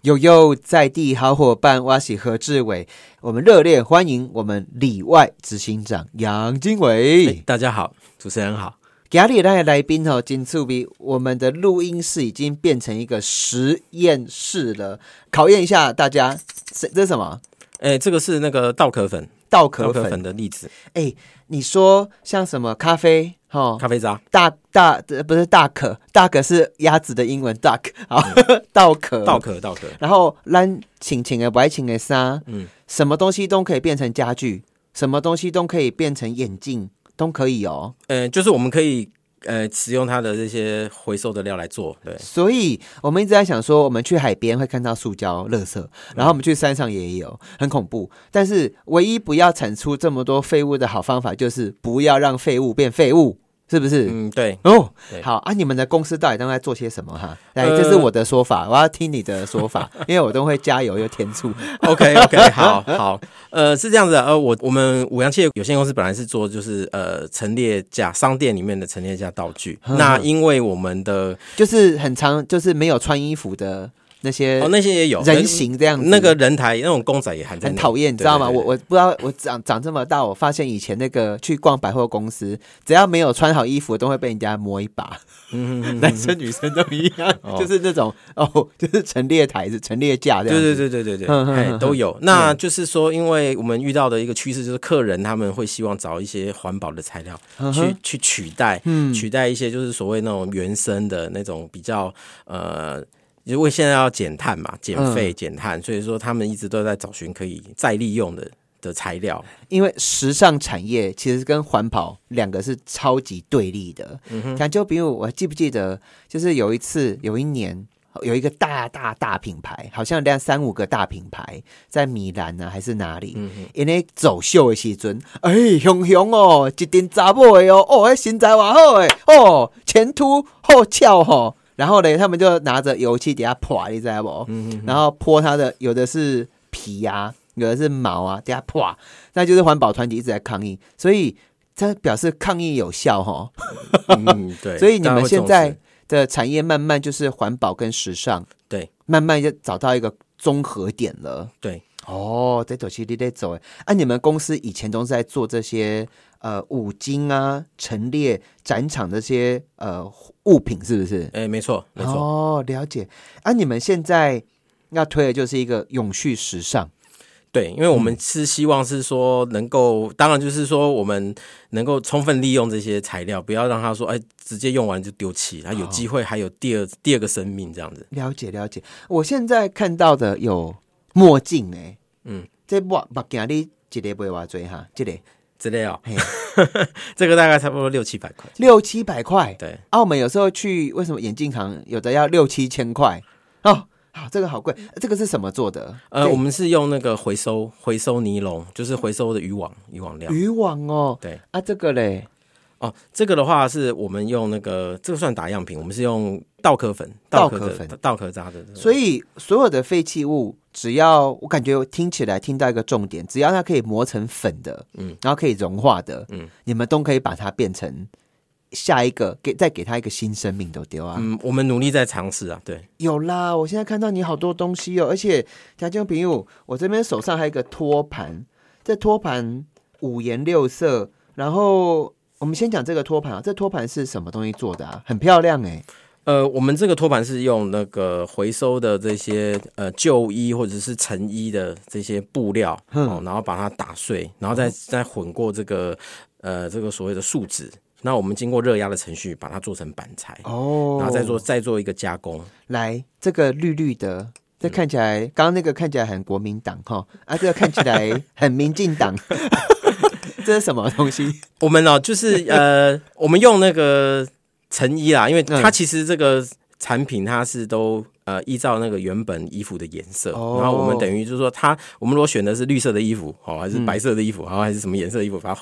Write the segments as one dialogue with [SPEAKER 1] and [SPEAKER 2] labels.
[SPEAKER 1] 有有在地好伙伴挖喜何志伟，我们热烈欢迎我们里外执行长杨经
[SPEAKER 2] 哎
[SPEAKER 1] 纬。
[SPEAKER 2] 大家好，主持人好。
[SPEAKER 1] 今日来来宾哦，金醋比，我们的录音室已经变成一个实验室了，考验一下大家，这这是什么？
[SPEAKER 2] 哎，这个是那个稻壳粉，
[SPEAKER 1] 稻壳
[SPEAKER 2] 稻壳
[SPEAKER 1] 粉
[SPEAKER 2] 粉。的例子，
[SPEAKER 1] 哎、你说像什么咖啡？哈、
[SPEAKER 2] 咖啡渣。
[SPEAKER 1] 大大呃不是大可，大可是鸭子的英文 duck，好， 稻壳
[SPEAKER 2] 嗯稻壳，稻壳，
[SPEAKER 1] 然后蓝请请的白请的沙，嗯
[SPEAKER 2] 嗯，
[SPEAKER 1] 什么东西都可以变成家具，什么东西都可以变成眼镜，都可以哦。
[SPEAKER 2] 呃，就是我们可以呃使用它的这些回收的料来做，对，
[SPEAKER 1] 所以我们一直在想说，我们去海边会看到塑胶垃
[SPEAKER 2] 嗯
[SPEAKER 1] 圾，然后我们去山上也有，很恐怖。但是唯一不要产出这么多废物的好方法，就是不要让废物变废物，是不是？
[SPEAKER 2] 嗯，对，
[SPEAKER 1] 哦
[SPEAKER 2] 对，
[SPEAKER 1] 好啊！你们的公司到底都在做些什么哈？来，
[SPEAKER 2] 呃
[SPEAKER 1] 这是我的说法，我要听你的说法，因为我都会加油又添醋。
[SPEAKER 2] OK OK，好好，呃，是这样子的，呃，我我们五羊蟹有限公司本来是做就是呃陈列架商店里面的陈列架道具，
[SPEAKER 1] 嗯
[SPEAKER 2] 那因为我们的
[SPEAKER 1] 就是很常就是没有穿衣服的那些
[SPEAKER 2] 哦那些也有
[SPEAKER 1] 哎人形这样子，
[SPEAKER 2] 那个人台那种公仔也含在
[SPEAKER 1] 很
[SPEAKER 2] 内，
[SPEAKER 1] 讨厌，你知
[SPEAKER 2] 对
[SPEAKER 1] 道吗？
[SPEAKER 2] 对
[SPEAKER 1] 我
[SPEAKER 2] 对
[SPEAKER 1] 我不知道，我长长这么大，我发现以前那个去逛百货公司，只要没有穿好衣服，都会被人家摸一把，
[SPEAKER 2] 嗯
[SPEAKER 1] 男生女生都一样，
[SPEAKER 2] 哦
[SPEAKER 1] 就是那种哦，就是陈列台子、陈列架这样
[SPEAKER 2] 对
[SPEAKER 1] 子。
[SPEAKER 2] 对对对对对，
[SPEAKER 1] 嗯嗯
[SPEAKER 2] 哎
[SPEAKER 1] 嗯，
[SPEAKER 2] 都有。那就是说，因为我们遇到的一个趋势就是，客人他们会希望找一些环保的材料
[SPEAKER 1] 嗯
[SPEAKER 2] 去去取代，取代一些就是所谓那种原生的那种比较呃。因为现在要减碳嘛，减
[SPEAKER 1] 嗯
[SPEAKER 2] 废减碳，所以说他们一直都在找寻可以再利用的的材 料。
[SPEAKER 1] 因为时尚产业其实跟环保两个是超级对立的。讲、就比如我记不记得，就是有一次有一年有一个大大大品牌，好像两三五个大品牌在米兰啊呢、还是哪里，因为走秀的时阵，哎、熊熊哦，一顶查某的哦，哦，那身材哇好诶，哦，前凸后翘吼、然后呢，他们就拿着油漆底下泼，你知道不？然后泼它的有的是皮呀、有的是毛啊，底下泼，那就是环保团体一直在抗议，所以这表示抗议有效哈。
[SPEAKER 2] 嗯，对。
[SPEAKER 1] 所以你
[SPEAKER 2] 大家
[SPEAKER 1] 们
[SPEAKER 2] 会重
[SPEAKER 1] 现
[SPEAKER 2] 视
[SPEAKER 1] 在的产业慢慢就是环保跟时尚，
[SPEAKER 2] 对，
[SPEAKER 1] 慢慢就找到一个综合点了。
[SPEAKER 2] 对，
[SPEAKER 1] 哦，这走其实得走哎，啊，你们公司以前都是在做这些呃五金啊、陈列、展场这些呃物品，是不是？
[SPEAKER 2] 哎，没错，没错。
[SPEAKER 1] 哦，了解。啊，你们现在要推的就是一个永续时尚，
[SPEAKER 2] 对，因为我
[SPEAKER 1] 嗯
[SPEAKER 2] 们是希望是说能够，当然就是说我们能够充分利用这些材料，不要让它说哎直接用完就丢弃，它有机会还有第二第二个生命这样子。
[SPEAKER 1] 了解了解，我现在看到的有墨镜哎、嗯
[SPEAKER 2] 嗯，
[SPEAKER 1] 这墨墨镜你一个卖偌济哈？一个
[SPEAKER 2] 之类哦
[SPEAKER 1] 嘿，
[SPEAKER 2] 这个大概差不多六七百块。
[SPEAKER 1] 六七百块，
[SPEAKER 2] 对，
[SPEAKER 1] 澳门有时候去为什么眼镜行有的要六七千块哦？好，这个好贵，这个是什么做的？
[SPEAKER 2] 呃，
[SPEAKER 1] 这
[SPEAKER 2] 我们是用那个回收回收尼龙，就是回收的渔网渔网料。
[SPEAKER 1] 渔网哦，
[SPEAKER 2] 对
[SPEAKER 1] 啊，这个嘞，
[SPEAKER 2] 哦，这个的话是我们用那个这个算打样品，我们是用稻壳粉、
[SPEAKER 1] 稻壳
[SPEAKER 2] 壳的
[SPEAKER 1] 粉
[SPEAKER 2] 稻壳渣的。
[SPEAKER 1] 所以所有的废弃物，只要我感觉我听起来听到一个重点，只要它可以磨成粉的，嗯，然后可以融化的，嗯，你们都可以把它变成下一个，给再给它一个新生命都丢啊。
[SPEAKER 2] 嗯，我们努力在尝试啊，对，
[SPEAKER 1] 有啦，我现在看到你好多东西哦，而且家境平友，我这边手上还有一个托盘，这托盘五颜六色，然后。我们先讲这个托盘啊，这托盘是什么东西做的啊？很漂亮哎、
[SPEAKER 2] 呃，我们这个托盘是用那个回收的这些呃旧衣或者是成衣的这些布料，哦，然后把它打碎，然后再再混过这个呃这个所谓的树脂，那我们经过热压的程序把它做成板材，
[SPEAKER 1] 哦
[SPEAKER 2] 然后再做再做一个加工。
[SPEAKER 1] 来，这个绿绿的， 这看起来，刚刚那个看起来很国民党哈，啊，这个看起来很民进 党，这是什么东西？
[SPEAKER 2] 我们哦，就是呃，我们用那个成衣啦，因为它其实这个产品它是都呃依照那个原本衣服的颜色，
[SPEAKER 1] 哦
[SPEAKER 2] 然后我们等于就是说它，我们如果选的是绿色的衣服哦，还是白色的衣服，然后、还是什么颜色的衣服，把它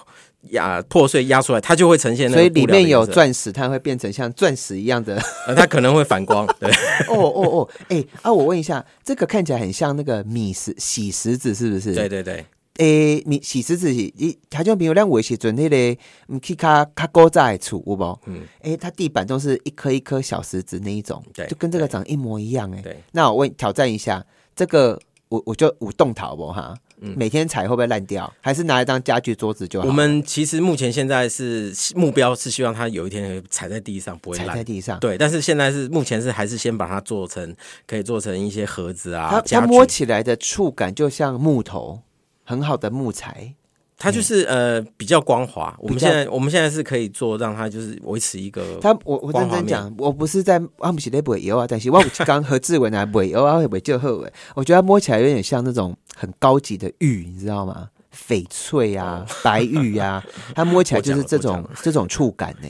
[SPEAKER 2] 压破碎压出来，它就会呈现那
[SPEAKER 1] 所
[SPEAKER 2] 个
[SPEAKER 1] 以
[SPEAKER 2] 布
[SPEAKER 1] 里
[SPEAKER 2] 料的
[SPEAKER 1] 面有
[SPEAKER 2] 颜色，
[SPEAKER 1] 钻石，它会变成像钻石一样的。
[SPEAKER 2] 呃，它可能会反光，对，
[SPEAKER 1] 哦哦哦，哎、啊，我问一下，这个看起来很像那个米石洗石子，是不是？哎
[SPEAKER 2] 对对对，
[SPEAKER 1] 诶，你是指自己，你条件朋友咱有的时阵，迄个嗯，去较较古早的厝有无？嗯，诶，它地板都是一颗一颗小石子那一种，
[SPEAKER 2] 对
[SPEAKER 1] 就跟这个长一模一样诶。哎
[SPEAKER 2] 对，
[SPEAKER 1] 那我问挑战一下，这个我我就五动淘不哈？每天踩会不会烂掉？还是拿来当家具桌子就好？
[SPEAKER 2] 嗯我们其实目前现在是目标是希望它有一天踩在地上不会
[SPEAKER 1] 踩
[SPEAKER 2] 烂
[SPEAKER 1] 在。地上，
[SPEAKER 2] 对，但是现在是目前是还是先把它做成可以做成一些盒子啊
[SPEAKER 1] 它，
[SPEAKER 2] 家
[SPEAKER 1] 它
[SPEAKER 2] 具
[SPEAKER 1] 摸起来的触感就像木头，很好的木材。
[SPEAKER 2] 它就是呃比较光滑。我们
[SPEAKER 1] 比较
[SPEAKER 2] 现在我们现在是可以做让它就是维持一个
[SPEAKER 1] 他我我
[SPEAKER 2] 光
[SPEAKER 1] 认
[SPEAKER 2] 滑
[SPEAKER 1] 真
[SPEAKER 2] 面
[SPEAKER 1] 讲，我不是在阿姆是在尾油啊，但是我有去 刚何志文啊尾油啊会尾就后尾，我觉得它摸起来有点像那种很高级的玉，你知道吗？翡翠啊， 白玉啊，它摸起来就是这
[SPEAKER 2] 哦我讲
[SPEAKER 1] 种
[SPEAKER 2] 了
[SPEAKER 1] 这种触感呢、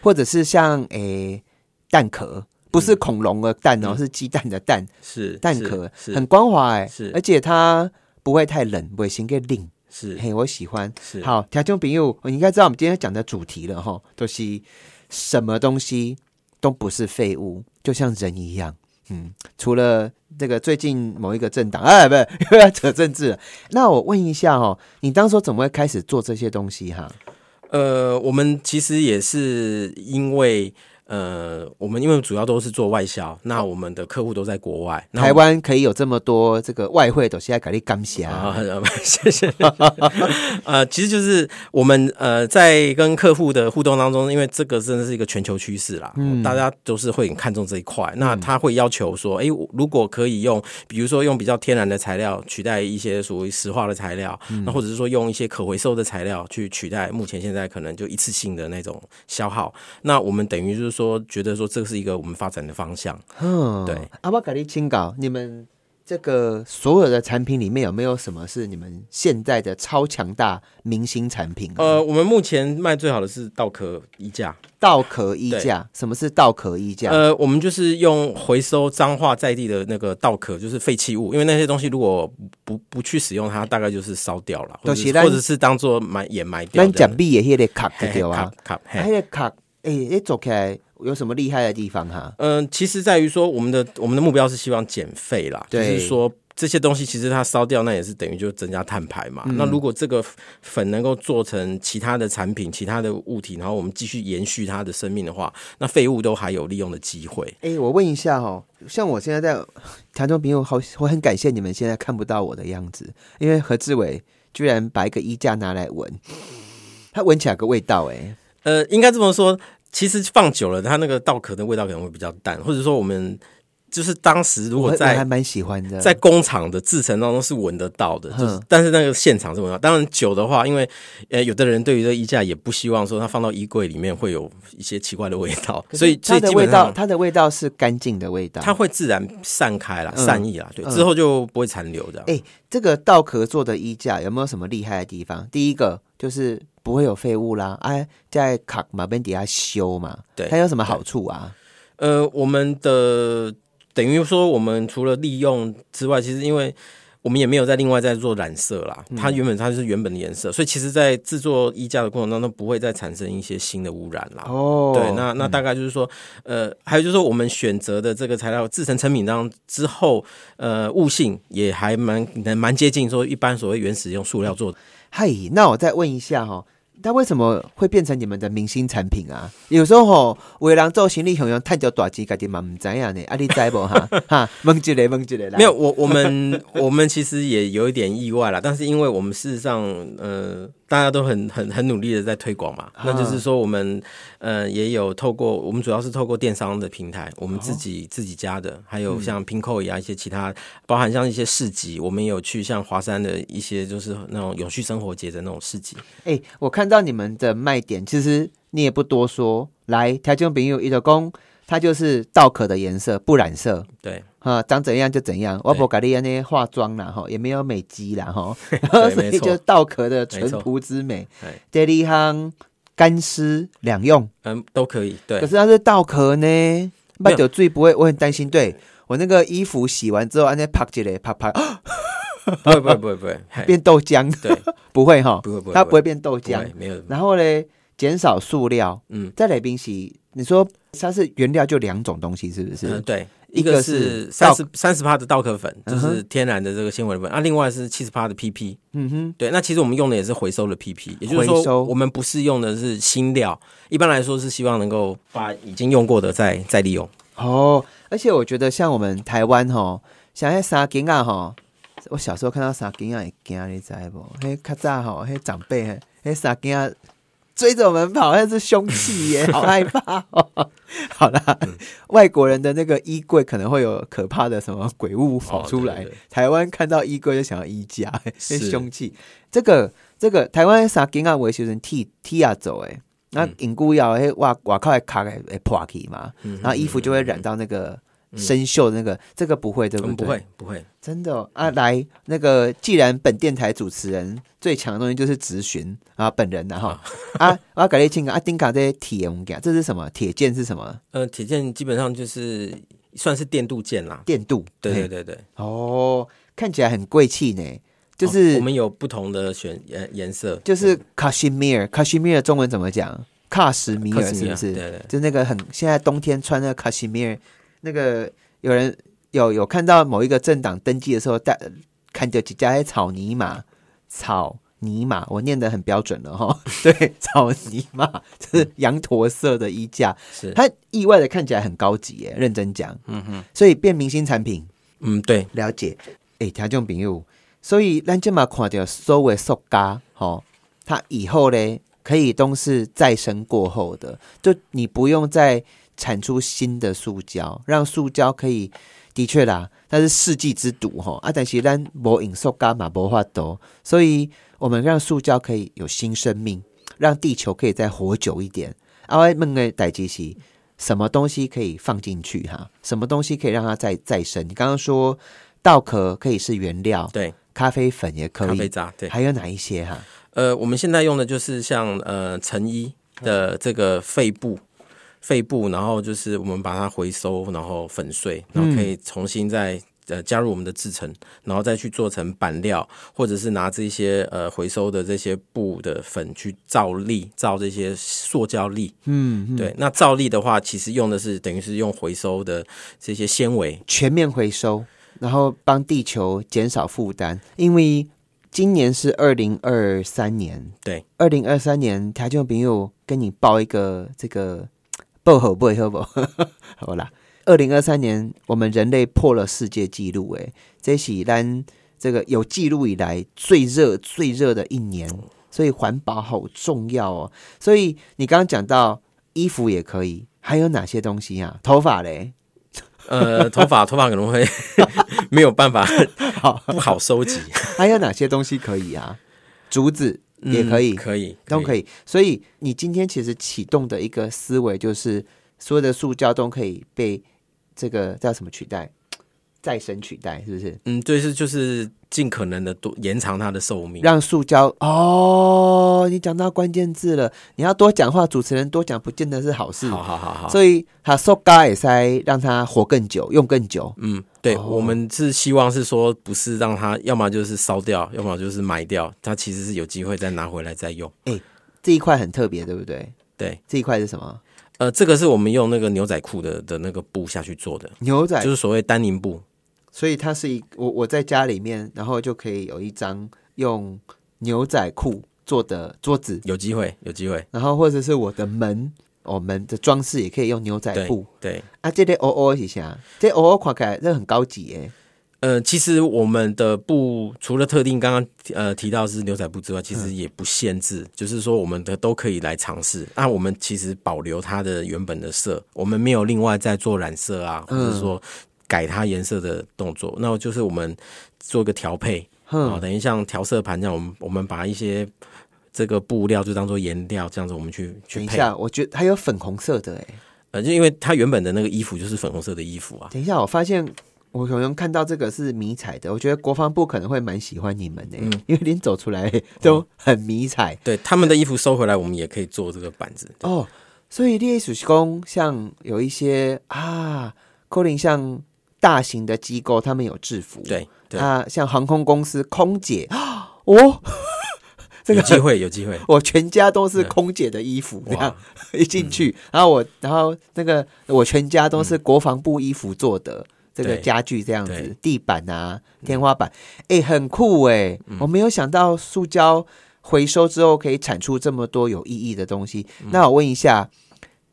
[SPEAKER 1] 或者是像诶、蛋壳，不是恐龙的蛋哦，
[SPEAKER 2] 嗯
[SPEAKER 1] 是鸡蛋的蛋，
[SPEAKER 2] 是
[SPEAKER 1] 蛋
[SPEAKER 2] 是
[SPEAKER 1] 壳很
[SPEAKER 2] 是
[SPEAKER 1] 光滑哎、
[SPEAKER 2] 是
[SPEAKER 1] 而且它不会太冷，不会心给冷，
[SPEAKER 2] 是
[SPEAKER 1] 嘿，我喜欢。
[SPEAKER 2] 是
[SPEAKER 1] 好，条件朋友，你应该知道我们今天讲的主题了哈，都、是什么东西都不是废物，就像人一样。嗯，除了这个最近某一个政党，哎，不 是又要扯政治了。那我问一下哦，你当初怎么会开始做这些东西哈？
[SPEAKER 2] 呃，我们其实也是因为呃，我们因为主要都是做外销，那我们的客户都在国外，那我
[SPEAKER 1] 台湾可以有这么多这个外汇，都是在给你感谢啊。
[SPEAKER 2] 啊， 谢谢。呃，其实就是我们呃在跟客户的互动当中，因为这个真的是一个全球趋势啦，大家都是会很看重这一块。那他会要求说，哎、我如果可以用，比如说用比较天然的材料取代一些所谓石化的材料，那或者是说用一些可回收的材料去取代目前现在可能就一次性的那种消耗，那我们等于就是说觉得说这是一个我们发展的方向。
[SPEAKER 1] 嗯，
[SPEAKER 2] 对。
[SPEAKER 1] 阿巴咖喱清稿，你们这个所有的产品里面有没有什么是你们现在的超强大明星产品、啊？
[SPEAKER 2] 呃，我们目前卖最好的是稻壳衣架。
[SPEAKER 1] 稻壳衣架，什么是稻壳衣架？
[SPEAKER 2] 呃，我们就是用回收彰化在地的那个稻壳，就是废弃物，因为那些东西如果不不去使用它，大概就是烧掉了，
[SPEAKER 1] 就
[SPEAKER 2] 或者
[SPEAKER 1] 是是咱
[SPEAKER 2] 或者是当做埋掩埋掉
[SPEAKER 1] 咱
[SPEAKER 2] 这样。
[SPEAKER 1] 讲币也迄个卡
[SPEAKER 2] 嘿
[SPEAKER 1] 对
[SPEAKER 2] 嘿
[SPEAKER 1] 啊，
[SPEAKER 2] 卡卡嘿
[SPEAKER 1] 迄个卡，诶，你走起来有什么厉害的地方哈？
[SPEAKER 2] 嗯，其实在于说我们的我们的目标是希望减废啦，就
[SPEAKER 1] 对
[SPEAKER 2] 是说这些东西其实它烧掉，那也是等于就增加碳排嘛。
[SPEAKER 1] 嗯
[SPEAKER 2] 那如果这个粉能够做成其他的产品、其他的物体，然后我们继续延续它的生命的话，那废物都还有利用的机会。
[SPEAKER 1] 诶，我问一下哦，像我现在在台中朋友，好，我很感谢你们现在看不到我的样子，因为何志伟居然把一个衣架拿来闻，他闻起来有个味道诶，
[SPEAKER 2] 呃，应该这么说，其实放久了，它那个稻壳的味道可能会比较淡，或者说我们就是当时如
[SPEAKER 1] 我
[SPEAKER 2] 果
[SPEAKER 1] 我还
[SPEAKER 2] 在
[SPEAKER 1] 蛮喜欢的。
[SPEAKER 2] 在工厂的制成当中是闻得到的，就是
[SPEAKER 1] 嗯
[SPEAKER 2] 但是那个现场是闻得到。当然久的话，因为呃有的人对于这个衣架也不希望说它放到衣柜里面会有一些奇怪的味道，
[SPEAKER 1] 可是
[SPEAKER 2] 所以所
[SPEAKER 1] 它
[SPEAKER 2] 以
[SPEAKER 1] 的
[SPEAKER 2] 基
[SPEAKER 1] 味
[SPEAKER 2] 本
[SPEAKER 1] 道，
[SPEAKER 2] 上
[SPEAKER 1] 它的味道是干净的味道。
[SPEAKER 2] 它会自然散开啦，
[SPEAKER 1] 嗯
[SPEAKER 2] 散逸啦，对，
[SPEAKER 1] 嗯
[SPEAKER 2] 之后就不会残留这样。
[SPEAKER 1] 哎这个稻壳做的衣架有没有什么厉害的地方？第一个就是不会有废物啦，哎、在卡马边底下修嘛，
[SPEAKER 2] 对
[SPEAKER 1] 它有什么好处啊？
[SPEAKER 2] 呃，我们的等于说，我们除了利用之外，其实因为我们也没有再另外再做染色啦，它原本它是原本的颜色，所以其实，在制作衣架的过程当中，不会再产生一些新的污染啦。
[SPEAKER 1] 哦
[SPEAKER 2] 对，那那大概就是说，呃，还有就是说，我们选择的这个材料制成成品当之后，呃，悟性也还蛮蛮接近说一般所谓原始用塑料做的。
[SPEAKER 1] 嗨，那我再问一下哈、哦。那为什么会变成你们的明星产品啊？有时候吼、为人做行李熊熊探究大钱，家己嘛唔知影呢。啊，你知无 哈？哈，问一个，问一个来。
[SPEAKER 2] 没有，，我我们 我们其实也有一点意外啦，但是因为我们事实上，呃，大家都很很很努力的在推广嘛，
[SPEAKER 1] 啊
[SPEAKER 2] 那就是说我们呃也有透过我们主要是透过电商的平台，我们
[SPEAKER 1] 哦
[SPEAKER 2] 自己、自己家的，还
[SPEAKER 1] 嗯
[SPEAKER 2] 有像拼扣啊一些其他，包含像一些市集，我们也有去像华山的一些就是那种永续生活节的那种市集，
[SPEAKER 1] 哎、我看到你们的卖点，其实你也不多说。来，台中饼有一头公，它就是稻壳的颜色，不染色。
[SPEAKER 2] 对，
[SPEAKER 1] 啊，长怎样就怎样，我
[SPEAKER 2] 对
[SPEAKER 1] 不搞那些化妆啦哈，也没有美肌啦哈，
[SPEAKER 2] 对
[SPEAKER 1] 所
[SPEAKER 2] 没
[SPEAKER 1] 以
[SPEAKER 2] 错
[SPEAKER 1] 就稻壳的淳
[SPEAKER 2] 没错
[SPEAKER 1] 朴之美
[SPEAKER 2] 哎，
[SPEAKER 1] d a i 夯干湿两用，
[SPEAKER 2] 嗯、都可以，对
[SPEAKER 1] 可，是它是稻壳呢，
[SPEAKER 2] 没
[SPEAKER 1] 半
[SPEAKER 2] 有
[SPEAKER 1] 酒最不会，我很担心，对我那个衣服洗完之后，按啊那啪起来啪啪
[SPEAKER 2] 不会不会不会不会，嘿
[SPEAKER 1] 啊变豆浆，
[SPEAKER 2] 对，
[SPEAKER 1] 不会哈，
[SPEAKER 2] 不会不会，
[SPEAKER 1] 它不
[SPEAKER 2] 会
[SPEAKER 1] 会变豆
[SPEAKER 2] 不
[SPEAKER 1] 浆
[SPEAKER 2] 会，没有，
[SPEAKER 1] 然后嘞减少塑料，
[SPEAKER 2] 嗯
[SPEAKER 1] 在来冰洗，你说它是原料就两种东西是不
[SPEAKER 2] 嗯、
[SPEAKER 1] 是？
[SPEAKER 2] 对，一
[SPEAKER 1] 个
[SPEAKER 2] 个
[SPEAKER 1] 是
[SPEAKER 2] 是
[SPEAKER 1] 稻嗯
[SPEAKER 2] 三十三十帕的稻壳粉，就是天然的这个纤维粉啊，另外是七十帕的 PP，嗯哼，对，那其实我们用的也是回收的 PP，也就是
[SPEAKER 1] 回收
[SPEAKER 2] 说我们不是用的是新料，一般来说是希望能够把已经用过的再再利用。
[SPEAKER 1] 哦，而且我觉得像我们台湾吼，像迄三金啊吼，我小时候看到三金啊会惊，你知无？迄较早吼，迄长辈嘿，迄三金啊追着我们跑，那是凶器 耶，好害怕哦。好啦，外国人的那个衣柜可能会有可怕的什么鬼物跑出来，
[SPEAKER 2] 哦对对
[SPEAKER 1] 台湾看到衣柜就想要衣架，嘿
[SPEAKER 2] 是
[SPEAKER 1] 凶器。这个这个台湾的三金啊，维修人剃剃啊走诶。那
[SPEAKER 2] 嗯
[SPEAKER 1] 因故要迄外外靠的卡会会破去嘛，
[SPEAKER 2] 嗯
[SPEAKER 1] 然后衣服就会染到那个生锈的那个，这个不会对
[SPEAKER 2] 我
[SPEAKER 1] 不对？
[SPEAKER 2] 嗯们不，会不会，
[SPEAKER 1] 真的、哦、啊！来，那个既然本电台主持人最强的东西就是咨询啊，本人然后啊，我要改你请啊，丁卡这些铁我们讲，这是什么？铁剑是什么？
[SPEAKER 2] 呃，铁剑基本上就是算是电镀件啦，
[SPEAKER 1] 电镀？
[SPEAKER 2] 对对
[SPEAKER 1] 嘿
[SPEAKER 2] 对对，
[SPEAKER 1] 哦，看起来很贵气呢，就
[SPEAKER 2] 哦
[SPEAKER 1] 是、
[SPEAKER 2] 我们有不同的选颜颜色，
[SPEAKER 1] 就是 cashmere，cashmere 中文怎么讲？喀什米尔
[SPEAKER 2] 克什
[SPEAKER 1] 是
[SPEAKER 2] 米
[SPEAKER 1] 不
[SPEAKER 2] 尔
[SPEAKER 1] 是？
[SPEAKER 2] 对对
[SPEAKER 1] 就那个很现在冬天穿那个卡西米尔，那个有人有有看到某一个政党登记的时候带看到几家草泥马，草泥马，我念的很标准了哈， 对，草泥马就是羊驼色的衣架，
[SPEAKER 2] 是，
[SPEAKER 1] 它意外的看起来很高级耶，认真讲，嗯哼，所以变明星产品，
[SPEAKER 2] 嗯对，
[SPEAKER 1] 了解，诶，听众朋友，所以咱今嘛看到所谓塑胶，吼、它以后呢可以都是再生过后的，就你不用再产出新的塑胶，让塑胶可以，的确啦，它是世纪之毒吼、啊，但是咱无用塑胶嘛，无法度，所以我们让塑胶可以有新生命，让地球可以再活久一点。啊，我问个代志是。什么东西可以放进去哈？什么东西可以让它再再生？你刚刚说稻壳可以是原料，
[SPEAKER 2] 对，
[SPEAKER 1] 咖啡粉也可
[SPEAKER 2] 咖啡
[SPEAKER 1] 以，
[SPEAKER 2] 渣对。
[SPEAKER 1] 还有哪一些哈？
[SPEAKER 2] 呃，我们现在用的就是像呃成衣的这个肺部。肺部，然后就是我们把它回收，然后粉碎，
[SPEAKER 1] 嗯
[SPEAKER 2] 然后可以重新再呃加入我们的制成，然后再去做成板料，或者是拿这些呃回收的这些布的粉去造粒，造这些塑胶粒。嗯，对。那造粒的话，其实用的是等于是用回收的这些纤维，
[SPEAKER 1] 全面回收，然后帮地球减少负担，因为今年是二零二三年，
[SPEAKER 2] 对，
[SPEAKER 1] 二零二三年台中朋友跟你报一个这个 不好不好不好，好啦，二零二三年我们人类破了世界纪录，诶，这是咱这个有记录以来最热最热的一年，所以环保好重要哦。所以你刚刚讲到衣服也可以，还有哪些东西啊？头发嘞？
[SPEAKER 2] 呃，头发头发可 能会没有办法，
[SPEAKER 1] 好
[SPEAKER 2] 不好收集，
[SPEAKER 1] 还有哪些东西可以啊？竹子也可以，
[SPEAKER 2] 嗯可以，
[SPEAKER 1] 都可
[SPEAKER 2] 以，
[SPEAKER 1] 以。所以你今天其实启动的一个思维就是，所有的塑胶都可以被这个叫什么取代？再生取代是不是？
[SPEAKER 2] 嗯，对，是就是尽可能的多延长它的寿命。
[SPEAKER 1] 让塑胶哦，你讲到关键字了，你要多讲话，主持人多讲不见得是好事。
[SPEAKER 2] 好好好好，
[SPEAKER 1] 所以它塑胶也塞，让它活更久，用更久。
[SPEAKER 2] 嗯，对，
[SPEAKER 1] 哦
[SPEAKER 2] 我们是希望是说，不是让它要么就是烧掉，要么就是埋掉，它其实是有机会再拿回来再用。
[SPEAKER 1] 这一块很特别，对不对？
[SPEAKER 2] 对，
[SPEAKER 1] 这一块是什么？
[SPEAKER 2] 呃，这个是我们用那个牛仔裤的的那个布下去做的，
[SPEAKER 1] 牛仔
[SPEAKER 2] 就是所谓丹宁布。
[SPEAKER 1] 所以它是一我我在家里面，然后就可以有一张用牛仔裤做的桌子，
[SPEAKER 2] 有机会，有机会。
[SPEAKER 1] 然后或者是我的门，哦门的装饰也可以用牛仔
[SPEAKER 2] 对
[SPEAKER 1] 布
[SPEAKER 2] 对，
[SPEAKER 1] 啊。这类哦哦一下，这哦哦看起来这很高级耶。
[SPEAKER 2] 呃，其实我们的布除了特定刚刚呃提到是牛仔布之外，其
[SPEAKER 1] 嗯
[SPEAKER 2] 实也不限制，就是说我们的都可以来尝试。那、我们其实保留它的原本的色，我们没有另外再做染色啊，或
[SPEAKER 1] 嗯
[SPEAKER 2] 者说改它颜色的动作。那就是我们做个调配啊、
[SPEAKER 1] 哼，
[SPEAKER 2] 等于像调色盘这样，我们我们把一些这个布料就当做颜料，这样子我们去
[SPEAKER 1] 等
[SPEAKER 2] 去
[SPEAKER 1] 一
[SPEAKER 2] 配。
[SPEAKER 1] 下，我觉得还有粉红色的哎。
[SPEAKER 2] 呃，就因为它原本的那个衣服就是粉红色的衣服啊，
[SPEAKER 1] 等一下，我发现我可能看到这个是迷彩的，我觉得国防部可能会蛮喜欢你们的，
[SPEAKER 2] 嗯
[SPEAKER 1] 因为连走出来都很迷彩。
[SPEAKER 2] 对他们的衣服收回来，我们也可以做这个板子。
[SPEAKER 1] 哦，所以猎鼠工像有一些啊，扣零像大型的机构，他们有制服。
[SPEAKER 2] 对 对。
[SPEAKER 1] 啊，像航空公司空姐哦，这
[SPEAKER 2] 有
[SPEAKER 1] 个
[SPEAKER 2] 机会，有机会。
[SPEAKER 1] 我全家都是空姐的衣服，这样
[SPEAKER 2] 哇嗯
[SPEAKER 1] 一进去，然后我，然后那个我全家都是国防部衣服做的。这个
[SPEAKER 2] 对
[SPEAKER 1] 家具这样子
[SPEAKER 2] 对，嗯
[SPEAKER 1] 地板啊，天花板，哎、很酷哎、我没有想到塑胶回收之后可以产出这么多有意义的东西。
[SPEAKER 2] 嗯
[SPEAKER 1] 那我问一下，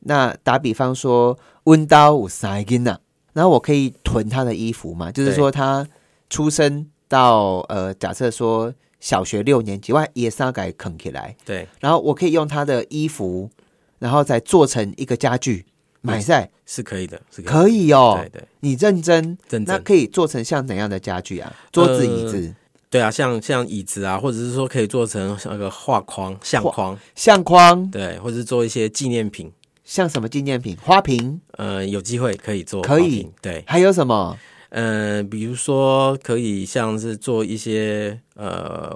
[SPEAKER 1] 那打比方说，温刀五三斤呐，然后我可以囤他的衣服嘛？就是
[SPEAKER 2] 对
[SPEAKER 1] 说他出生到呃，假设说小学六年级，我也三改啃起来，
[SPEAKER 2] 对，
[SPEAKER 1] 然后我可以用他的衣服，然后再做成一个家具，买在
[SPEAKER 2] 是可以的，是
[SPEAKER 1] 可
[SPEAKER 2] 以
[SPEAKER 1] 以
[SPEAKER 2] 的。
[SPEAKER 1] 哦
[SPEAKER 2] 对。对，
[SPEAKER 1] 你认真，
[SPEAKER 2] 真
[SPEAKER 1] 那
[SPEAKER 2] 正
[SPEAKER 1] 可以做成像怎样的家具啊？桌子、
[SPEAKER 2] 呃
[SPEAKER 1] 椅子、
[SPEAKER 2] 对啊，像像椅子啊，或者是说可以做成那个画框、相
[SPEAKER 1] 画
[SPEAKER 2] 框，
[SPEAKER 1] 相框，
[SPEAKER 2] 对，或者是做一些纪念品。
[SPEAKER 1] 像什么纪念品、花瓶，
[SPEAKER 2] 呃，有机会可以做
[SPEAKER 1] 可
[SPEAKER 2] 花
[SPEAKER 1] 以
[SPEAKER 2] 瓶，对，
[SPEAKER 1] 还有什么？
[SPEAKER 2] 呃，比如说可以像是做一些呃，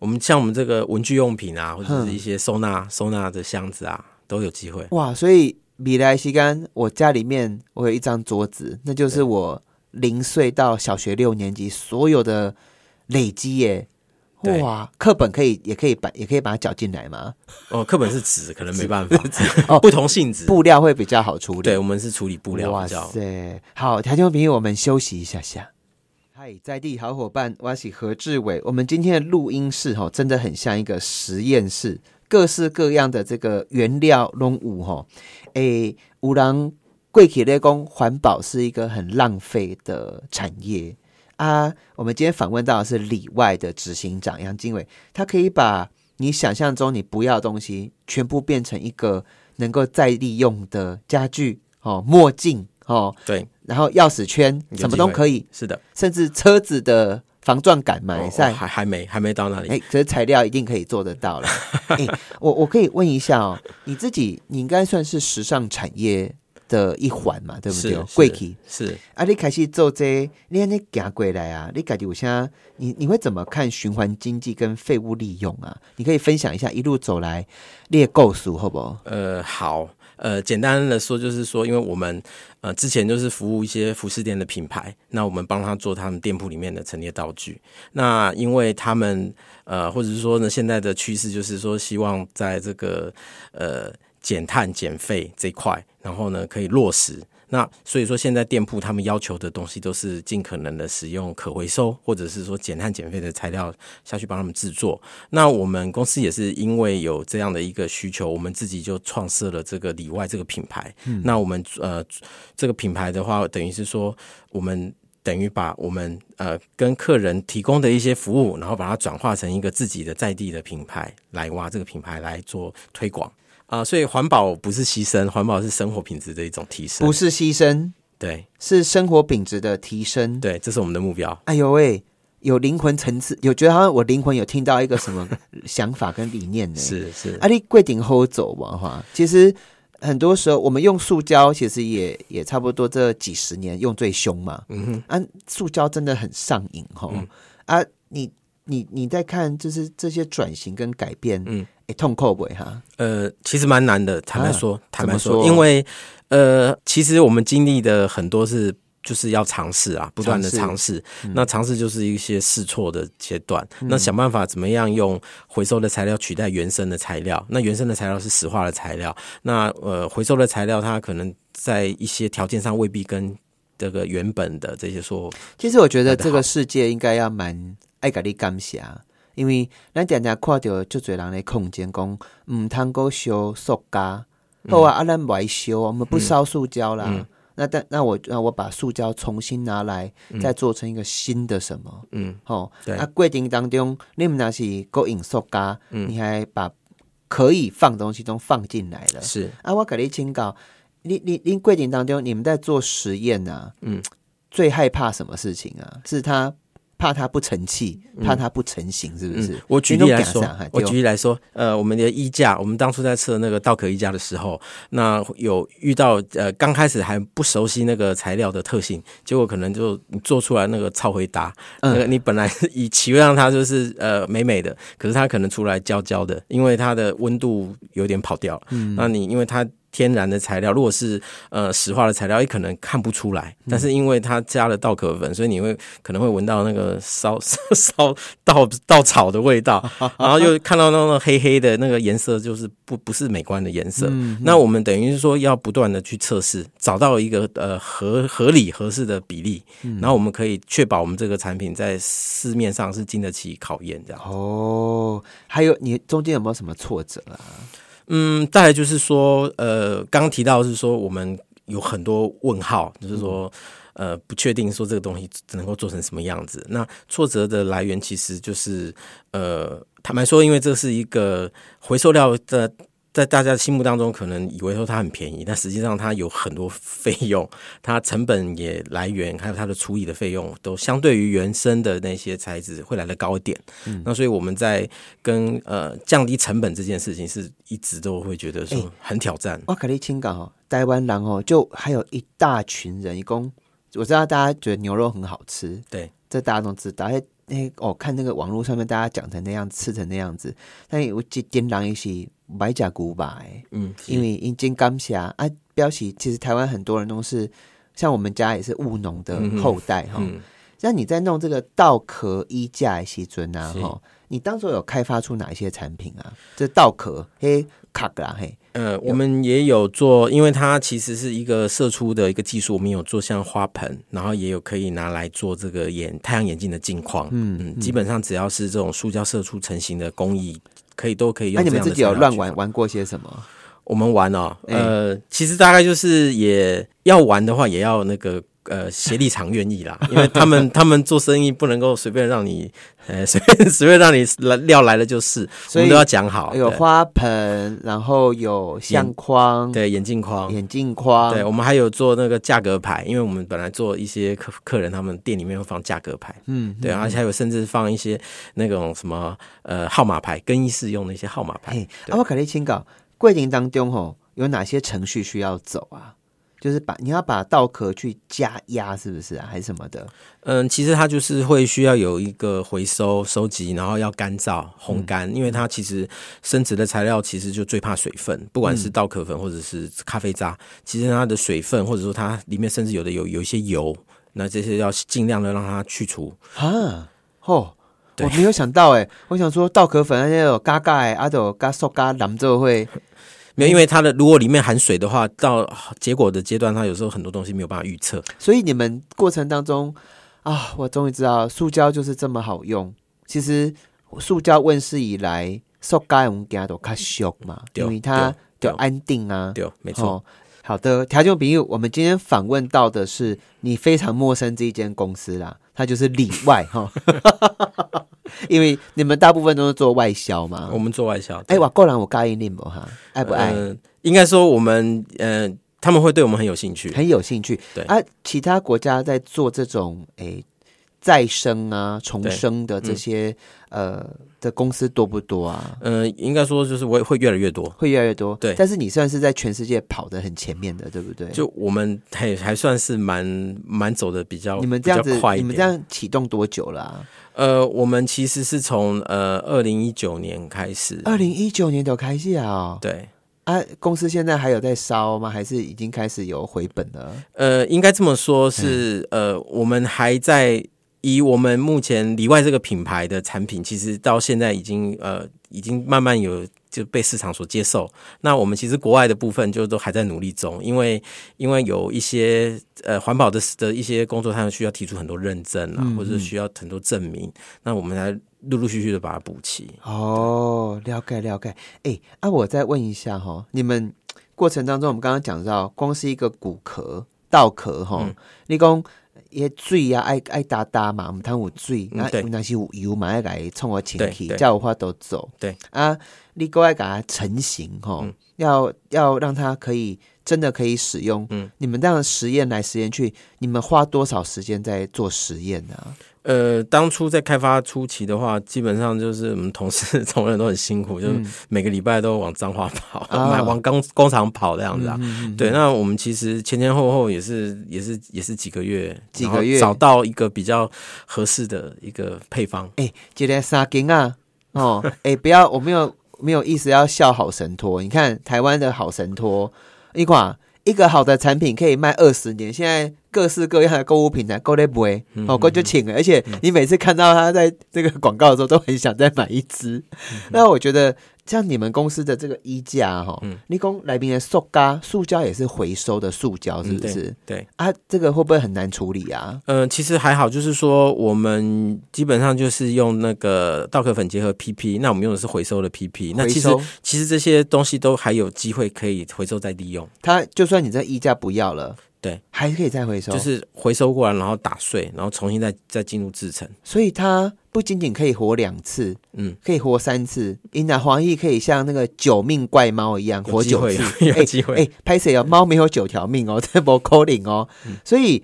[SPEAKER 2] 我们像我们这个文具用品啊，或者是一些收
[SPEAKER 1] 嗯
[SPEAKER 2] 纳收纳的箱子啊，都有机会。
[SPEAKER 1] 哇，所以米莱西干，我家里面我有一张桌子，那就是我零岁到小学六年级所有的累积耶。
[SPEAKER 2] 对
[SPEAKER 1] 哇，课本可以，也可以把，也可以把它搅进来吗？
[SPEAKER 2] 哦，课本是纸，可能没 办法，
[SPEAKER 1] 哦
[SPEAKER 2] 不同性质。
[SPEAKER 1] 布料会比较好处理。
[SPEAKER 2] 对，我们是处理布料
[SPEAKER 1] 哇
[SPEAKER 2] 比较。
[SPEAKER 1] 塞，好，台中朋友，我们休息一下下。嗨，在地好伙伴，我是何志伟。我们今天的录音室哈、哦，真的很像一个实验室，各式各样的这个原料拢有哈、哦。诶，有人贵企咧讲环保是一个很浪费的产业啊。我们今天访问到的是里外的执行长杨经纬，他可以把你想象中你不要的东西，全部变成一个能够再利用的家具哦、墨镜哦，
[SPEAKER 2] 对，
[SPEAKER 1] 然后钥匙圈，
[SPEAKER 2] 有
[SPEAKER 1] 什么
[SPEAKER 2] 机
[SPEAKER 1] 都
[SPEAKER 2] 会
[SPEAKER 1] 可以，
[SPEAKER 2] 是的，
[SPEAKER 1] 甚至车子的防撞杆买
[SPEAKER 2] 哦
[SPEAKER 1] 赛。
[SPEAKER 2] 还还没还没到那里。
[SPEAKER 1] 哎、可是材料一定可以做得 到了。哎、我我可以问一下哦，你自己你应该算是时尚产业的一环嘛，对不
[SPEAKER 2] 是
[SPEAKER 1] 对？
[SPEAKER 2] 是
[SPEAKER 1] 贵体
[SPEAKER 2] 是，
[SPEAKER 1] 啊，你开始做这個，你安尼行过来啊，你感觉我现在你你会怎么看循环经济跟废物利用啊？你可以分享一下一路走来你的构思，好不好？
[SPEAKER 2] 呃，好，呃，简单的说就是说，因为我们呃之前就是服务一些服饰店的品牌，那我们帮他做他们店铺里面的陈列道具。那因为他们呃，或者是说呢，现在的趋势就是说，希望在这个呃减碳减费这一块，然后呢可以落实。那所以说，现在店铺他们要求的东西都是尽可能的使用可回收，或者是说减碳减费的材料下去帮他们制作。那我们公司也是因为有这样的一个需求，我们自己就创设了这个里外这个品牌。那我们呃，这个品牌的话，等于是说我们。等于把我们呃跟客人提供的一些服务，然后把它转化成一个自己的在地的品牌，来挖这个品牌来做推广啊、所以环保不是牺牲，环保是生活品质的一种提升。
[SPEAKER 1] 不是牺牲，
[SPEAKER 2] 对
[SPEAKER 1] 是生活品质的提升。
[SPEAKER 2] 对，这是我们的目标。
[SPEAKER 1] 哎呦喂，有灵魂层次，有觉得好像我灵魂有听到一个什么 想法跟理念呢？
[SPEAKER 2] 是是，
[SPEAKER 1] 啊，你贵顶后走嘛哈。其实很多时候我们用塑胶，其实也也差不多这几十年用最凶嘛。嗯哼，啊，塑胶真的很上瘾哈。啊，你你你在看就是这些转型跟改变，嗯
[SPEAKER 2] 嗯，
[SPEAKER 1] 哎，痛扣不会哈？
[SPEAKER 2] 呃，其实蛮难的，坦白说，坦白
[SPEAKER 1] 啊怎么
[SPEAKER 2] 说，
[SPEAKER 1] 说
[SPEAKER 2] 因为呃，其实我们经历的很多是。就是要尝试啊，不断的
[SPEAKER 1] 尝嗯
[SPEAKER 2] 尝试。那尝试就是一些试错的阶段。那想办法怎么样用回收的材料取代原生的材料？那原生的材料是石化的材料，那呃，回收的材料它可能在一些条件上未必跟这个原本的这些说
[SPEAKER 1] 其实我觉得
[SPEAKER 2] 来得
[SPEAKER 1] 这个
[SPEAKER 2] 好
[SPEAKER 1] 世界应该要蛮爱甲你感谢，啊因为咱常常看到足侪人的空间讲，毋通够烧塑胶，
[SPEAKER 2] 嗯
[SPEAKER 1] 好啊，啊咱不爱烧，我们不烧塑胶啦。那但那我那我把塑胶重新拿来，再做成一个新的什么？
[SPEAKER 2] 嗯，
[SPEAKER 1] 吼、
[SPEAKER 2] 对
[SPEAKER 1] 那过程当中，你们那是够引塑胶，
[SPEAKER 2] 嗯
[SPEAKER 1] 你还把可以放的东西都放进来了。
[SPEAKER 2] 是
[SPEAKER 1] 啊，我给你请教，你你你过程当中，你们在做实验呐、啊，嗯，最害怕什么事情啊？是他怕他不成器，怕他不成型，是不是？
[SPEAKER 2] 我举例来
[SPEAKER 1] 你都
[SPEAKER 2] 说
[SPEAKER 1] 怕啥哈，
[SPEAKER 2] 我
[SPEAKER 1] 对哦
[SPEAKER 2] 举例来说，呃，我们的衣架，我们当初在测那个稻壳衣架的时候，那有遇到呃刚开始还不熟悉那个材料的特性，结果可能就你做出来那个超回答，
[SPEAKER 1] 嗯
[SPEAKER 2] 那个你本来以期望让它就是呃美美
[SPEAKER 1] 嗯
[SPEAKER 2] 的，可是它可能出来焦焦的，因为它的温度有点跑掉了。那你因为它天然的材料，如果是呃石化的材料，也可能看不出来。
[SPEAKER 1] 嗯
[SPEAKER 2] 但是因为它加了稻壳粉，所以你会可能会闻到那个烧 烧稻稻草的味道，然后又看到那个黑黑的那个颜色，就是不不是美观的颜色。那我们等于是说要不断的去测试，找到一个呃合合理合适的比例，然后我们可以确保我们这个产品在市面上是经得起考验这样。
[SPEAKER 1] 哦，还有你中间有没有什么挫折啊？
[SPEAKER 2] 嗯，再来就是说，呃，刚提到是说我们有很多问号，就是说，呃，不确定说这个东西能够做成什么样子。那挫折的来源其实就是，呃，坦白说，因为这是一个回收料的。在大家心目当中，可能以为说它很便宜，但实际上它有很多费用， 它成本也来源，还有它的处理的费用，都相对于原生的那些材质会来的高一点。那所以我们在跟呃降低成本这件事情，是一直都会觉得说很挑战。
[SPEAKER 1] 我可你清港哦，台湾人哦，就还有一大群人，一共我知道大家觉得牛肉很好吃，
[SPEAKER 2] 对，
[SPEAKER 1] 这大家都知道。哎，那我、哦、看那个网络上面大家讲成那样，吃成那样子，但有一点人一起买假古吧，哎，
[SPEAKER 2] 嗯，
[SPEAKER 1] 因为因金刚侠啊，标喜其实台湾很多人都是像我们家也是务农的
[SPEAKER 2] 嗯哼
[SPEAKER 1] 后代哈。
[SPEAKER 2] 嗯
[SPEAKER 1] 那你在弄这个稻壳衣架的西尊啊，
[SPEAKER 2] 是
[SPEAKER 1] 哈，你当初有开发出哪一些产品啊？这稻壳嘿卡啦嘿，
[SPEAKER 2] 呃，我们也有做，因为它其实是一个射出的一个技术，我们有做像花盆，然后也有可以拿来做这个眼太阳眼镜的镜框。嗯嗯，基本上只要是这种塑胶射出成型的工艺，可以都可以
[SPEAKER 1] 那、啊
[SPEAKER 2] 用
[SPEAKER 1] 你
[SPEAKER 2] 这
[SPEAKER 1] 们
[SPEAKER 2] 样的
[SPEAKER 1] 自
[SPEAKER 2] 材料去做。
[SPEAKER 1] 己有乱玩哎玩过些什么？
[SPEAKER 2] 我们玩哦，呃，其实大概就是也要玩的话，也要那个呃协力厂愿 意啦，因为他们他们做生意不能够随便让你，呃， 随便随便让你来料来了就是，我
[SPEAKER 1] 所以哎
[SPEAKER 2] 们都要讲好。
[SPEAKER 1] 有
[SPEAKER 2] 对
[SPEAKER 1] 花盆，然后有相框、
[SPEAKER 2] 对眼镜框，
[SPEAKER 1] 眼镜框，
[SPEAKER 2] 对我们还有做那个价格牌，因为我们本来做一些客客人他们店里面会放价格牌，
[SPEAKER 1] 嗯，
[SPEAKER 2] 对，而且还有甚至放一些那种什么呃号码牌，更衣室用的一些号码牌。
[SPEAKER 1] 嘿，啊，我考虑清搞过程当中吼，有哪些程序需要走啊？就是把你要把稻壳去加压，是不是啊？还是什么的？
[SPEAKER 2] 嗯，其实它就是会需要有一个回收、收集，然后要干燥、烘干，
[SPEAKER 1] 嗯
[SPEAKER 2] 因为它其实生殖的材料其实就最怕水分，不
[SPEAKER 1] 嗯
[SPEAKER 2] 管是稻壳粉或者是咖啡渣，其实它的水分或者说它里面甚至有的有有一些油，那这些要尽量的让它去除。
[SPEAKER 1] 啊，吼，
[SPEAKER 2] 对
[SPEAKER 1] 我没有想到哎、我想说稻壳粉那些有嘎嘎哎，阿斗嘎瘦嘎蓝就会
[SPEAKER 2] 没有，因为它的如果里面含水的话，到结果的阶段，它有时候很多东西没有办法预测。
[SPEAKER 1] 所以你们过程当中啊，我终于知道塑胶就是这么好用。其实塑胶问世以来，塑胶我们给它都较俗嘛，
[SPEAKER 2] 对
[SPEAKER 1] 因为它就
[SPEAKER 2] 对
[SPEAKER 1] 安定啊。
[SPEAKER 2] 对，没错。
[SPEAKER 1] 哦好的，调酒比喻，我们今天访问到的是你非常陌生这一间公司啦，它就是里外哈， 因为你们大部分都是做外销嘛
[SPEAKER 2] 我。们做外销，
[SPEAKER 1] 哎，
[SPEAKER 2] 哦对
[SPEAKER 1] 我个人我介意你不哈，爱不爱？
[SPEAKER 2] 呃应该说我们呃，他们会对我们很有兴趣。
[SPEAKER 1] 很有兴趣。
[SPEAKER 2] 对
[SPEAKER 1] 啊，其他国家在做这种诶再生啊、重
[SPEAKER 2] 对
[SPEAKER 1] 生的这些、呃的公司多不多啊？
[SPEAKER 2] 呃，应该说就是会会越来越多。
[SPEAKER 1] 会越来越多。
[SPEAKER 2] 对
[SPEAKER 1] 但是你算是在全世界跑得很前面的，对不对？
[SPEAKER 2] 就我们还还算是蛮蛮走的比较，
[SPEAKER 1] 你们这样
[SPEAKER 2] 比
[SPEAKER 1] 子
[SPEAKER 2] 较快，一
[SPEAKER 1] 你
[SPEAKER 2] 点。
[SPEAKER 1] 们这样启动多久了、啊？
[SPEAKER 2] 呃，我们其实是从呃二零一九年开始，
[SPEAKER 1] 二零一九年就开始啊、哦！
[SPEAKER 2] 对，
[SPEAKER 1] 啊，公司现在还有在烧吗？还是已经开始有回本了？
[SPEAKER 2] 呃，应该这么说是，呃，我们还在以我们目前里外这个品牌的产品，其实到现在已经呃，已经慢慢有就被市场所接受。那我们其实国外的部分就都还在努力中，因为因为有一些呃环保的的一些工作，他们需要提出很多认证啊，或者是需要很多证明。那我们来陆陆续续的把它补齐。
[SPEAKER 1] 哦，了解了解。哎，啊，我再问一下哈、你们过程当中，我们刚刚讲到，光是一个骨壳、稻壳哈、
[SPEAKER 2] 嗯
[SPEAKER 1] 你讲也水啊，爱爱哒哒嘛，唔通有水，
[SPEAKER 2] 嗯
[SPEAKER 1] 那
[SPEAKER 2] 对
[SPEAKER 1] 那是有油嘛，要来冲我清气，
[SPEAKER 2] 对对
[SPEAKER 1] 才有法度走。
[SPEAKER 2] 对嗯
[SPEAKER 1] 啊，你够爱给它成型哈、要要让它可以真的可以使用。嗯，你们这样实验来实验去，你们花多少时间在做实验呢、啊？
[SPEAKER 2] 呃，当初在开发初期的话，基本上就是我们同事 同仁都很辛苦，就是每个礼拜都往彰化跑，
[SPEAKER 1] 嗯啊嗯
[SPEAKER 2] 买往工工厂跑这样子啊。对，那我们其实前前后后也是也是也是几个月，
[SPEAKER 1] 几个月
[SPEAKER 2] 然后找到一个比较合适的一个配方。
[SPEAKER 1] 哎、这个沙金啊，哦， 哎、不要，我没有没有意思要笑好神托。你看台湾的好神托，你看一个好的产品可以卖二十年，现在各式各样的购物平台够得不会，
[SPEAKER 2] 嗯
[SPEAKER 1] 哦，够就请了。而且你每次看到他在这个广告的时候，都很想再买一支。
[SPEAKER 2] 嗯
[SPEAKER 1] 那我觉得像你们公司的这个衣架哈、哦，
[SPEAKER 2] 嗯
[SPEAKER 1] 你讲来宾的塑胶，塑胶也是回收的塑胶，是不是？
[SPEAKER 2] 嗯对，
[SPEAKER 1] 啊，这个会不会很难处理啊？
[SPEAKER 2] 嗯，其实还好，就是说我们基本上就是用那个稻壳粉结合 PP，那我们用的是回收的 PP，那
[SPEAKER 1] 回
[SPEAKER 2] 其实
[SPEAKER 1] 收
[SPEAKER 2] 其实这些东西都还有机会可以回收再利用，
[SPEAKER 1] 它就算你这衣架不要了，
[SPEAKER 2] 对，
[SPEAKER 1] 还可以再回收，
[SPEAKER 2] 就是回收过来然后打碎，然后重新再再进入制成。
[SPEAKER 1] 所以它不仅仅可以活两次，
[SPEAKER 2] 嗯，
[SPEAKER 1] 可以活三次。因那黄奕可以像那个九命怪猫一样
[SPEAKER 2] 有
[SPEAKER 1] 活
[SPEAKER 2] 机
[SPEAKER 1] 九
[SPEAKER 2] 会
[SPEAKER 1] 次，
[SPEAKER 2] 有
[SPEAKER 1] 哎
[SPEAKER 2] 机会
[SPEAKER 1] 哎，拍谁哦？猫没有九条命哦， 这不扣零哦。
[SPEAKER 2] 嗯
[SPEAKER 1] 所以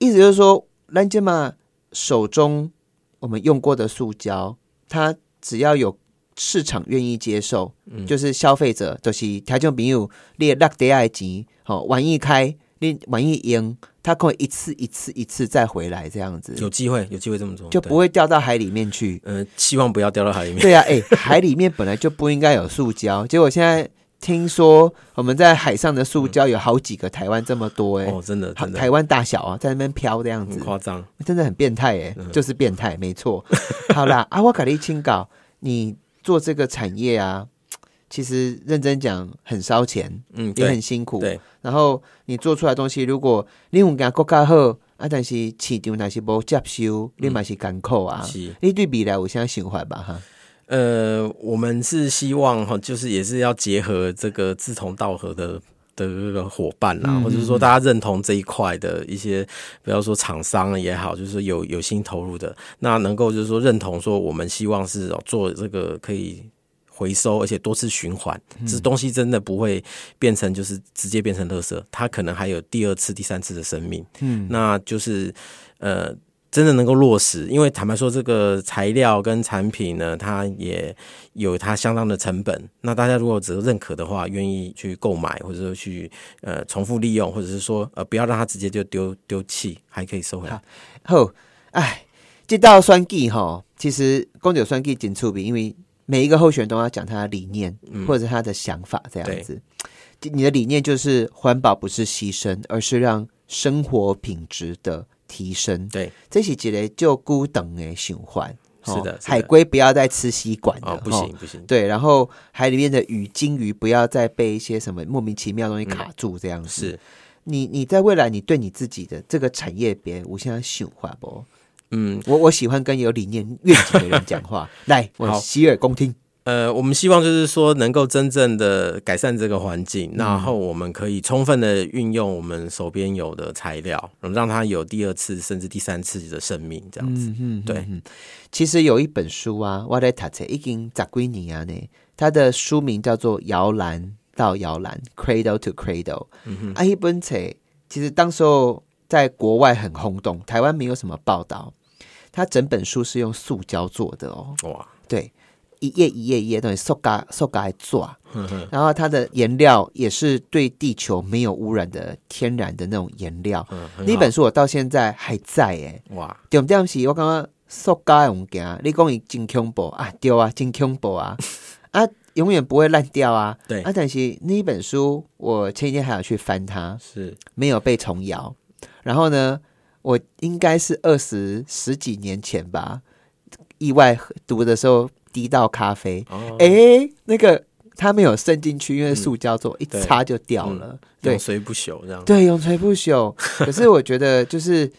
[SPEAKER 1] 意思就是说，兰杰玛手中我们用过的塑胶，它只要有。市场愿意接受，
[SPEAKER 2] 嗯
[SPEAKER 1] 就是消费者，就是他就比如你落地爱钱，好、哦，玩一开，你玩一赢，他可以一次一次一次再回来这样子，
[SPEAKER 2] 有机会，有机会这么做，
[SPEAKER 1] 就
[SPEAKER 2] 哦对。
[SPEAKER 1] 不会掉到海里面去
[SPEAKER 2] 嗯、希望不要掉到海里面。
[SPEAKER 1] 对啊，哎、海里面本来就不应该有塑胶，结果现在听说我们在海上的塑胶有好几个台湾这么多、哎、
[SPEAKER 2] 嗯哦，真的
[SPEAKER 1] 好
[SPEAKER 2] 真的嗯
[SPEAKER 1] 台湾大小啊，在那边飘这样
[SPEAKER 2] 很
[SPEAKER 1] 子，
[SPEAKER 2] 夸张。
[SPEAKER 1] 真的很变态哎、
[SPEAKER 2] 嗯
[SPEAKER 1] 就是变态，没 错。好啦，啊阿瓦卡利清稿，你做这个产业啊，其实认真讲很烧钱，
[SPEAKER 2] 嗯，
[SPEAKER 1] 也
[SPEAKER 2] 对
[SPEAKER 1] 很辛苦。
[SPEAKER 2] 对，
[SPEAKER 1] 然后你做出来的东西，如果你有甲国家好，啊，但是市场若是无接受，你嘛是艰苦啊。
[SPEAKER 2] 是
[SPEAKER 1] 你对未来有啥想法吧？哈，
[SPEAKER 2] 呃，我们是希望哈，就是也是要结合这个志同道合的。的这个伙伴啦、或者是说大家认同这一块的一些，比方说厂商也好，就是说有有心投入的，那能够就是说认同说我们希望是哦做这个可以回收，而且多次循环，这东西真的不会变成就是直接变成垃圾，它可能还有第二次、第三次的生命。嗯，那就是呃。真的能够落实，因为坦白说，这个材料跟产品呢，它也有它相当的成本。那大家如果只是认可的话，愿意去购买，或者说去呃重复利用，或者是说呃不要让它直接就丢丢弃，还可以收回来。
[SPEAKER 1] 好，哎，这道选举哈，其实公九选举真趣味，因为每一个候选人都要讲他的理念、
[SPEAKER 2] 嗯
[SPEAKER 1] 或者是他的想法这样子。你的理念就是环保不是牺牲，而是让生活品质的提升。
[SPEAKER 2] 对，
[SPEAKER 1] 这是一个就孤等的循环。
[SPEAKER 2] 是
[SPEAKER 1] 吼
[SPEAKER 2] 的是的
[SPEAKER 1] 海龟不要再吃吸管了，
[SPEAKER 2] 哦，不
[SPEAKER 1] 吼
[SPEAKER 2] 行不行，
[SPEAKER 1] 对，然后海里面的鱼、金鱼不要再被一些什么莫名其妙的东西卡住，这样子。
[SPEAKER 2] 嗯是
[SPEAKER 1] 你你在未来，你对你自己的这个产业别，我现在想法不？
[SPEAKER 2] 嗯，
[SPEAKER 1] 我我喜欢跟有理念、愿景的人讲 话。来，我
[SPEAKER 2] 好
[SPEAKER 1] 洗耳恭听。
[SPEAKER 2] 呃，我们希望就是说能够真正的改善这个环境，
[SPEAKER 1] 嗯
[SPEAKER 2] 然后我们可以充分的运用我们手边有的材料，让它有第二次甚至第三次的生命，这样子。
[SPEAKER 1] 嗯
[SPEAKER 2] 对，
[SPEAKER 1] 其实有一本书啊，我在读册已经十几年啊呢，它的书名叫做《摇篮到摇篮》（Cradle to Cradle）。嗯、啊，一本册其实当时候在国外很轰动，台湾没有什么报道。它整本书是用塑胶做的哦，
[SPEAKER 2] 哇，
[SPEAKER 1] 对，一页一页一页东西塑胶塑胶来做，啊
[SPEAKER 2] 嗯
[SPEAKER 1] 然后它的颜料也是对地球没有污染的天然的那种颜料。
[SPEAKER 2] 嗯，很
[SPEAKER 1] 那
[SPEAKER 2] 好
[SPEAKER 1] 本书我到现在还在哎、
[SPEAKER 2] 哇，
[SPEAKER 1] 重点是我感觉塑胶的物件，你讲伊真恐怖啊，对啊，真恐怖啊， 啊，永远不会烂掉啊。
[SPEAKER 2] 对
[SPEAKER 1] 啊，但是那一本书，我前几天还有去翻它，
[SPEAKER 2] 是
[SPEAKER 1] 没有被重摇。然后呢，我应该是二十十几年前吧，意外喝读的时候滴到咖啡，
[SPEAKER 2] 哦，嗯
[SPEAKER 1] 诶，那个它没有渗进去，因为塑胶做、一
[SPEAKER 2] 对嗯
[SPEAKER 1] 擦就掉了。对
[SPEAKER 2] 永，垂不朽这 样。
[SPEAKER 1] 对，永垂不朽。可是我觉得，就是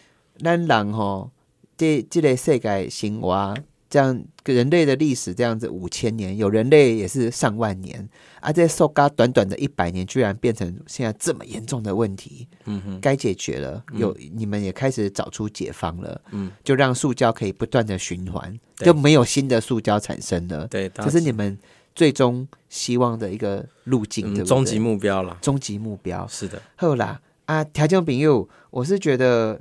[SPEAKER 1] 咱人吼，这这类世界行哇，这样人类的历史这样子五千年，有人类也是上万年，啊，这受嘎短短的一百年，居然变成现在这么严重的问题，
[SPEAKER 2] 嗯哼，
[SPEAKER 1] 该解决了。有、你们也开始找出解方了，
[SPEAKER 2] 嗯，
[SPEAKER 1] 就让塑胶可以不断的循环，
[SPEAKER 2] 对
[SPEAKER 1] 就没有新的塑胶产生了。
[SPEAKER 2] 对，大
[SPEAKER 1] 这
[SPEAKER 2] 家
[SPEAKER 1] 是你们最终希望的一个路径，对
[SPEAKER 2] 嗯
[SPEAKER 1] 不对？
[SPEAKER 2] 终极目标啦。
[SPEAKER 1] 终极目标。
[SPEAKER 2] 是的，
[SPEAKER 1] 好啦，啊，条件朋友，我是觉得，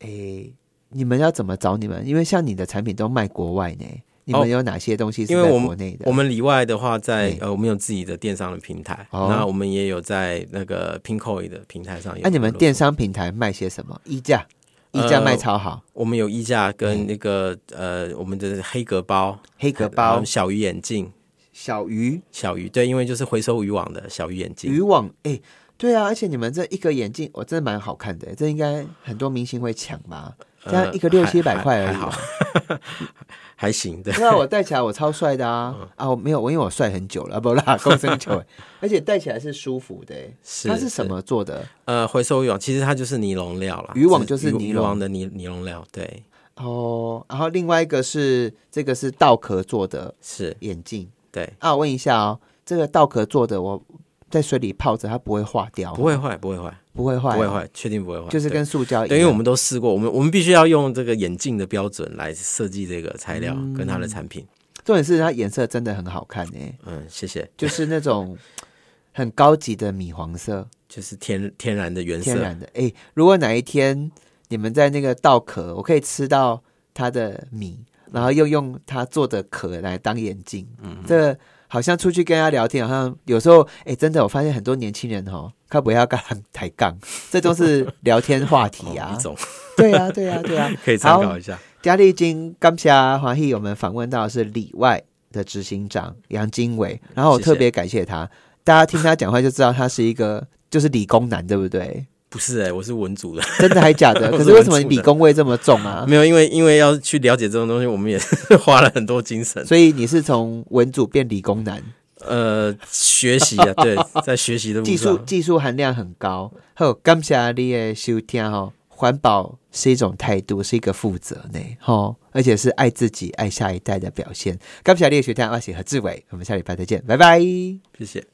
[SPEAKER 1] 诶、你们要怎么找你们？因为像你的产品都卖国外呢，你们有哪些东西是
[SPEAKER 2] 哦因为
[SPEAKER 1] 在
[SPEAKER 2] 我们
[SPEAKER 1] 国内的？
[SPEAKER 2] 我们里外的话在，
[SPEAKER 1] 对
[SPEAKER 2] 呃，我们有自己的电商的平台，
[SPEAKER 1] 嗯哦
[SPEAKER 2] 那我们也有在那个 Pinkoi 的平台上有。
[SPEAKER 1] 那、啊你们电，商平台卖些什么？衣架，衣架
[SPEAKER 2] 呃
[SPEAKER 1] 卖超好，
[SPEAKER 2] 我们有衣架跟那个呃，我们的黑格包、
[SPEAKER 1] 黑格
[SPEAKER 2] 然
[SPEAKER 1] 嗯包
[SPEAKER 2] 后、小鱼眼镜、
[SPEAKER 1] 小鱼、
[SPEAKER 2] 小鱼，对，因为就是回收渔网的小鱼眼
[SPEAKER 1] 渔
[SPEAKER 2] 镜，
[SPEAKER 1] 网，诶、对啊，而且你们这一个眼镜，哦我、真的蛮好看的，这应该很多明星会抢吧？这样一个六七百块而
[SPEAKER 2] 呃还
[SPEAKER 1] 已
[SPEAKER 2] 还
[SPEAKER 1] 吧。
[SPEAKER 2] 好，还行的。
[SPEAKER 1] 对啊，我戴起来我超帅的 啊！
[SPEAKER 2] 嗯
[SPEAKER 1] 啊，我没有，我因为我帅很久了，啊不啦，够很久了，而且戴起来是舒服的。
[SPEAKER 2] 是
[SPEAKER 1] 它是什么做的？
[SPEAKER 2] 呃，回收渔网其实它就是尼龙料啦，
[SPEAKER 1] 渔网就是尼
[SPEAKER 2] 渔
[SPEAKER 1] 龙
[SPEAKER 2] 网的尼尼龙料，对，
[SPEAKER 1] 哦，然后另外一个是这个是稻壳做的
[SPEAKER 2] 是，
[SPEAKER 1] 眼镜
[SPEAKER 2] 对，
[SPEAKER 1] 啊。我问一下哦，这个稻壳做的，我在水里泡着，它不会化掉，
[SPEAKER 2] 不会坏，不会坏，
[SPEAKER 1] 不会
[SPEAKER 2] 不
[SPEAKER 1] 哦坏，
[SPEAKER 2] 会，坏，确定不会坏，
[SPEAKER 1] 就是
[SPEAKER 2] 对
[SPEAKER 1] 跟塑胶一
[SPEAKER 2] 对，
[SPEAKER 1] 样。
[SPEAKER 2] 因为我们都试过，我们我们必须要用这个眼镜的标准来设计这个材料
[SPEAKER 1] 嗯
[SPEAKER 2] 跟它的产品。
[SPEAKER 1] 重点是它颜色真的很好看诶，
[SPEAKER 2] 嗯，谢谢，
[SPEAKER 1] 就是那种很高级的米黄色，
[SPEAKER 2] 就是天天然的原色哦
[SPEAKER 1] 天，然的。诶，如果哪一天你们在那个稻壳，我可以吃到它的米，
[SPEAKER 2] 嗯
[SPEAKER 1] 然后又用它做的壳来当眼镜，嗯，这。好像出去跟他聊天，好像有时候，诶，真的，我发现很多年轻人哦，他不要跟他抬杠，这都是聊天话题
[SPEAKER 2] 哦
[SPEAKER 1] 啊
[SPEAKER 2] 一。种
[SPEAKER 1] 对啊，对啊，对啊。
[SPEAKER 2] 可以参考一下。
[SPEAKER 1] 嘉丽金刚下华裔，我们访问到的是里外的执行长杨经纬，然后我
[SPEAKER 2] 嗯谢谢
[SPEAKER 1] 特别感谢他。大家听他讲话就知道他是一个就是理工男，对不对？
[SPEAKER 2] 不是哎、我是文组的，
[SPEAKER 1] 真的还假的？
[SPEAKER 2] 我
[SPEAKER 1] 可
[SPEAKER 2] 是
[SPEAKER 1] 是为什么
[SPEAKER 2] 文组的
[SPEAKER 1] 理工味这么重啊？
[SPEAKER 2] 没有，因为因为要去了解这种东西，我们也 是花了很多精神。
[SPEAKER 1] 所以你是从文组变理工男，
[SPEAKER 2] 呃，学习啊， 对，在学习的路
[SPEAKER 1] 技术
[SPEAKER 2] 上，
[SPEAKER 1] 技术含量很高。好，感谢你的收听哦。环保是一种态度，是一个负责呢，吼、而且是爱自己、爱下一代的表现。感谢你的收听，我是何志伟，我们下礼拜再见，拜拜。
[SPEAKER 2] 谢谢。